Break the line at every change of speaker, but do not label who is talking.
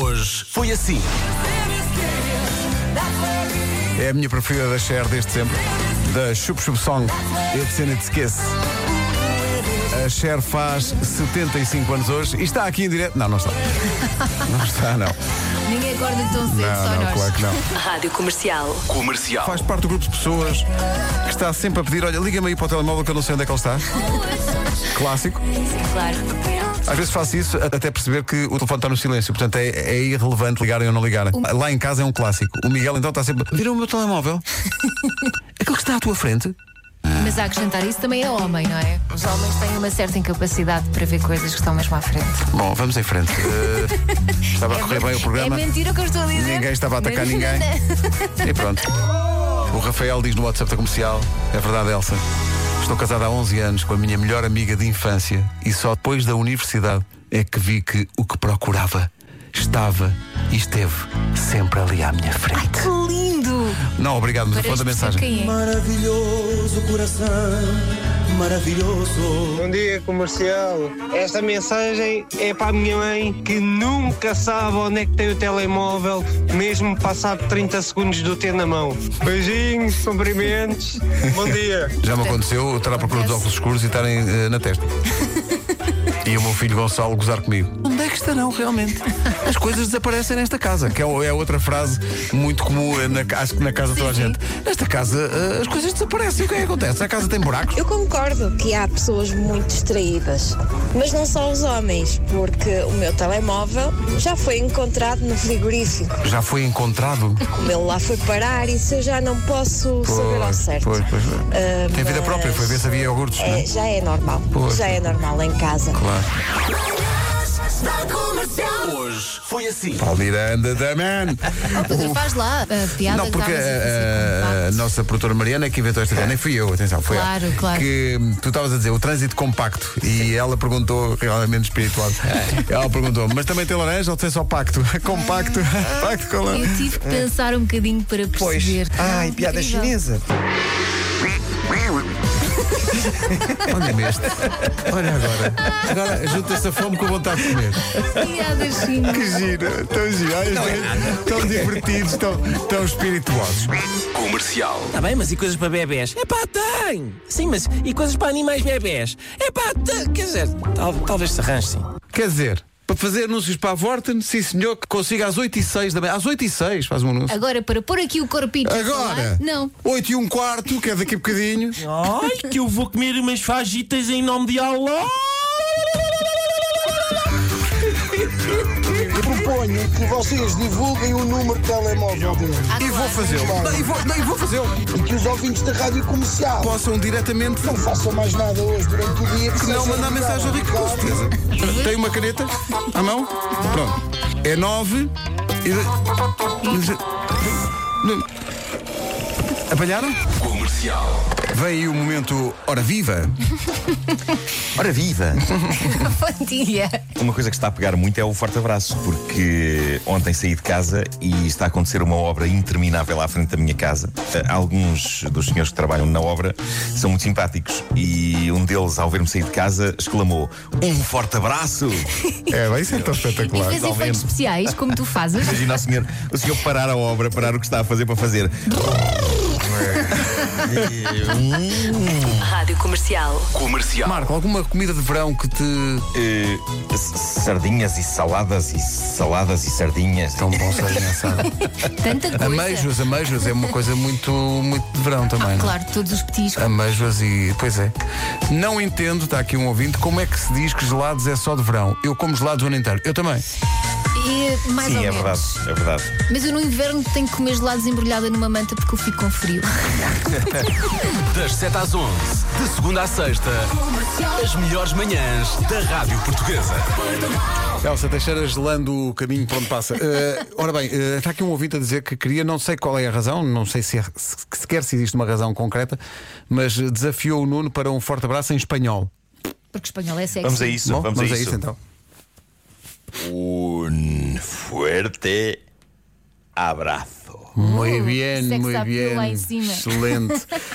Hoje foi assim.
É a minha preferida da Cher desde sempre. Da Chup Chup Song. É It's in It's Kiss. A Cher faz 75 anos hoje e está aqui em direto. Não, não está. Não está, não.
Ninguém acorda tão cedo, só
Não, não,
nós.
claro que não.
Rádio Comercial.
Comercial.
Faz parte do grupo de pessoas que está sempre a pedir: olha, liga-me aí para o telemóvel que eu não sei onde é que ele está. Clássico.
Claro.
Às vezes faço isso a- até perceber que o telefone está no silêncio, portanto é, é irrelevante ligarem ou não ligarem. Lá em casa é um clássico. O Miguel então está sempre. Viram o meu telemóvel? Aquele que está à tua frente?
Mas a acrescentar isso também é homem, não é? Os homens têm uma certa incapacidade para ver coisas que estão mesmo à frente.
Bom, vamos em frente. Eh, estava a correr bem o programa.
É mentira o que eu estou a dizer.
Ninguém estava a atacar ninguém. E pronto. O Rafael diz no WhatsApp da comercial: É verdade, Elsa. Estou casado há 11 anos com a minha melhor amiga de infância e só depois da universidade é que vi que o que procurava estava e esteve sempre ali à minha frente.
que lindo!
Não, obrigado, mas o fundo da mensagem.
Quem é?
Maravilhoso coração, maravilhoso.
Bom dia, comercial. Esta mensagem é para a minha mãe que nunca sabe onde é que tem o telemóvel, mesmo passado 30 segundos de o ter na mão. Beijinhos, cumprimentos. Bom dia.
Já me aconteceu eu estar à procura dos óculos escuros e estarem eh, na testa. E o meu filho Gonçalo gozar comigo. Onde é que estarão realmente? As coisas desaparecem nesta casa, que é, o- é outra frase muito comum, eh, na, ca- acho que na casa de toda a gente. Nesta casa eh, as coisas desaparecem. O que é que acontece? A casa tem buracos?
Eu concordo que há pessoas muito distraídas, mas não só os homens, porque o meu telemóvel já foi encontrado no frigorífico.
Já foi encontrado.
O meu lá foi parar, isso eu já não posso saber ao certo.
pois, pois.
Ah,
Tem vida
mas
própria, foi ver se havia iogurtes. não é?
é, já é normal,
Pois.
já é normal em casa.
Claro.
Hoje foi assim.
Paulo Miranda da Man.
Pedro, faz lá a piada então,
Não,
que
porque uh,
estavas
a, a- a
a fazer com o
nossa produtora Mariana é que inventou esta ideia, nem fui eu, atenção, foi
Claro,
ela.
claro.
Que hum, tu estavas a dizer o trânsito compacto e ela perguntou, realmente espiritual, ela perguntou, mas também tem laranja ou tem só pacto? compacto, pacto com
impacto.
laranja.
Eu tive que pensar um bocadinho para perceber.
Ai, piada
Incrível.
chinesa.
Olha este. Olha agora. Agora junta-se a fome com vontade de comer.
Piada chinesa.
Que giro, tão giro, Ai, tão divertidos, tão, tão espirituosos.
Comercial.
Tá bem, mas e coisas para bebés? É pá, tem! Sim, mas e coisas para animais bebés? É pá, tem! Quer dizer, tal- talvez se arranje, sim.
Quer dizer, para fazer anúncios para a Vorten, sim senhor, que consiga às 8 e 6 da manhã. Às 8 e 6 faz um anúncio.
Agora, para pôr aqui o corpinho.
Agora,
Não.
8 e um quarto, que é daqui a bocadinho.
Ai, que eu vou comer umas fajitas em nome de Allah!
Proponho que vocês divulguem o número de telemóvel dele
Ah,
E vou
claro.
fazê-lo. Não, E vou, não, e vou fazê-lo.
e que os ouvintes da rádio comercial
Possam diretamente
não façam mais nada hoje durante o dia.
que não
sejam
mandar mensagem ao Rico, com
ligados.
certeza. Tem uma caneta à mão? Pronto. É 9 e. Apanharam?
Comercial.
Vem aí o momento Hora Viva.
Ora viva!
Bom dia.
Uma coisa que está a pegar muito é o forte abraço, porque ontem saí de casa e está a acontecer uma obra interminável à frente da minha casa. Ah, Alguns dos senhores que trabalham na obra são muito simpáticos e um deles, ao ver-me sair de casa, exclamou: Um forte abraço!
É, vai ser tão
E
espetacular.
fez efeitos especiais, como tu fazes.
Imagina o senhor, o senhor parar a obra, parar o que está a fazer para fazer.
Rádio Comercial.
Comercial.
Marco, alguma comida de verão que te.
eh, s- sardinhas e saladas e saladas e sardinhas.
Tão bom sardinha assada.
Tanta coisa. Ah,
Ameijoas, ameijoas é uma coisa muito, muito de verão também. não é?
Claro, todos os petiscos.
Amêijoas e. Pois é. Não entendo, está aqui um ouvinte, como é que se diz que gelados é só de verão. Eu como gelados o ano inteiro. Eu também.
E mais
Sim,
ou
é
menos.
verdade, é verdade.
Mas eu no inverno tenho que comer gelados embrulhada numa manta porque eu fico com frio.
Das 7 às 11, de segunda à sexta, as melhores manhãs da Rádio Portuguesa.
Elsa Teixeira gelando o caminho por onde passa. Eh, ora bem, eh, está aqui um ouvinte a dizer que queria, não sei qual é a razão, não sei se é- se- sequer se existe uma razão concreta, mas eh, desafiou o Nuno para um forte abraço em espanhol.
Porque espanhol é sexy.
Vamos a isso,
Bom,
vamos, a isso.
então.
Un fuerte abrazo.
Muito bem,
sex
muito
Uh, appeal lá
bem.
em cima.
Excelente.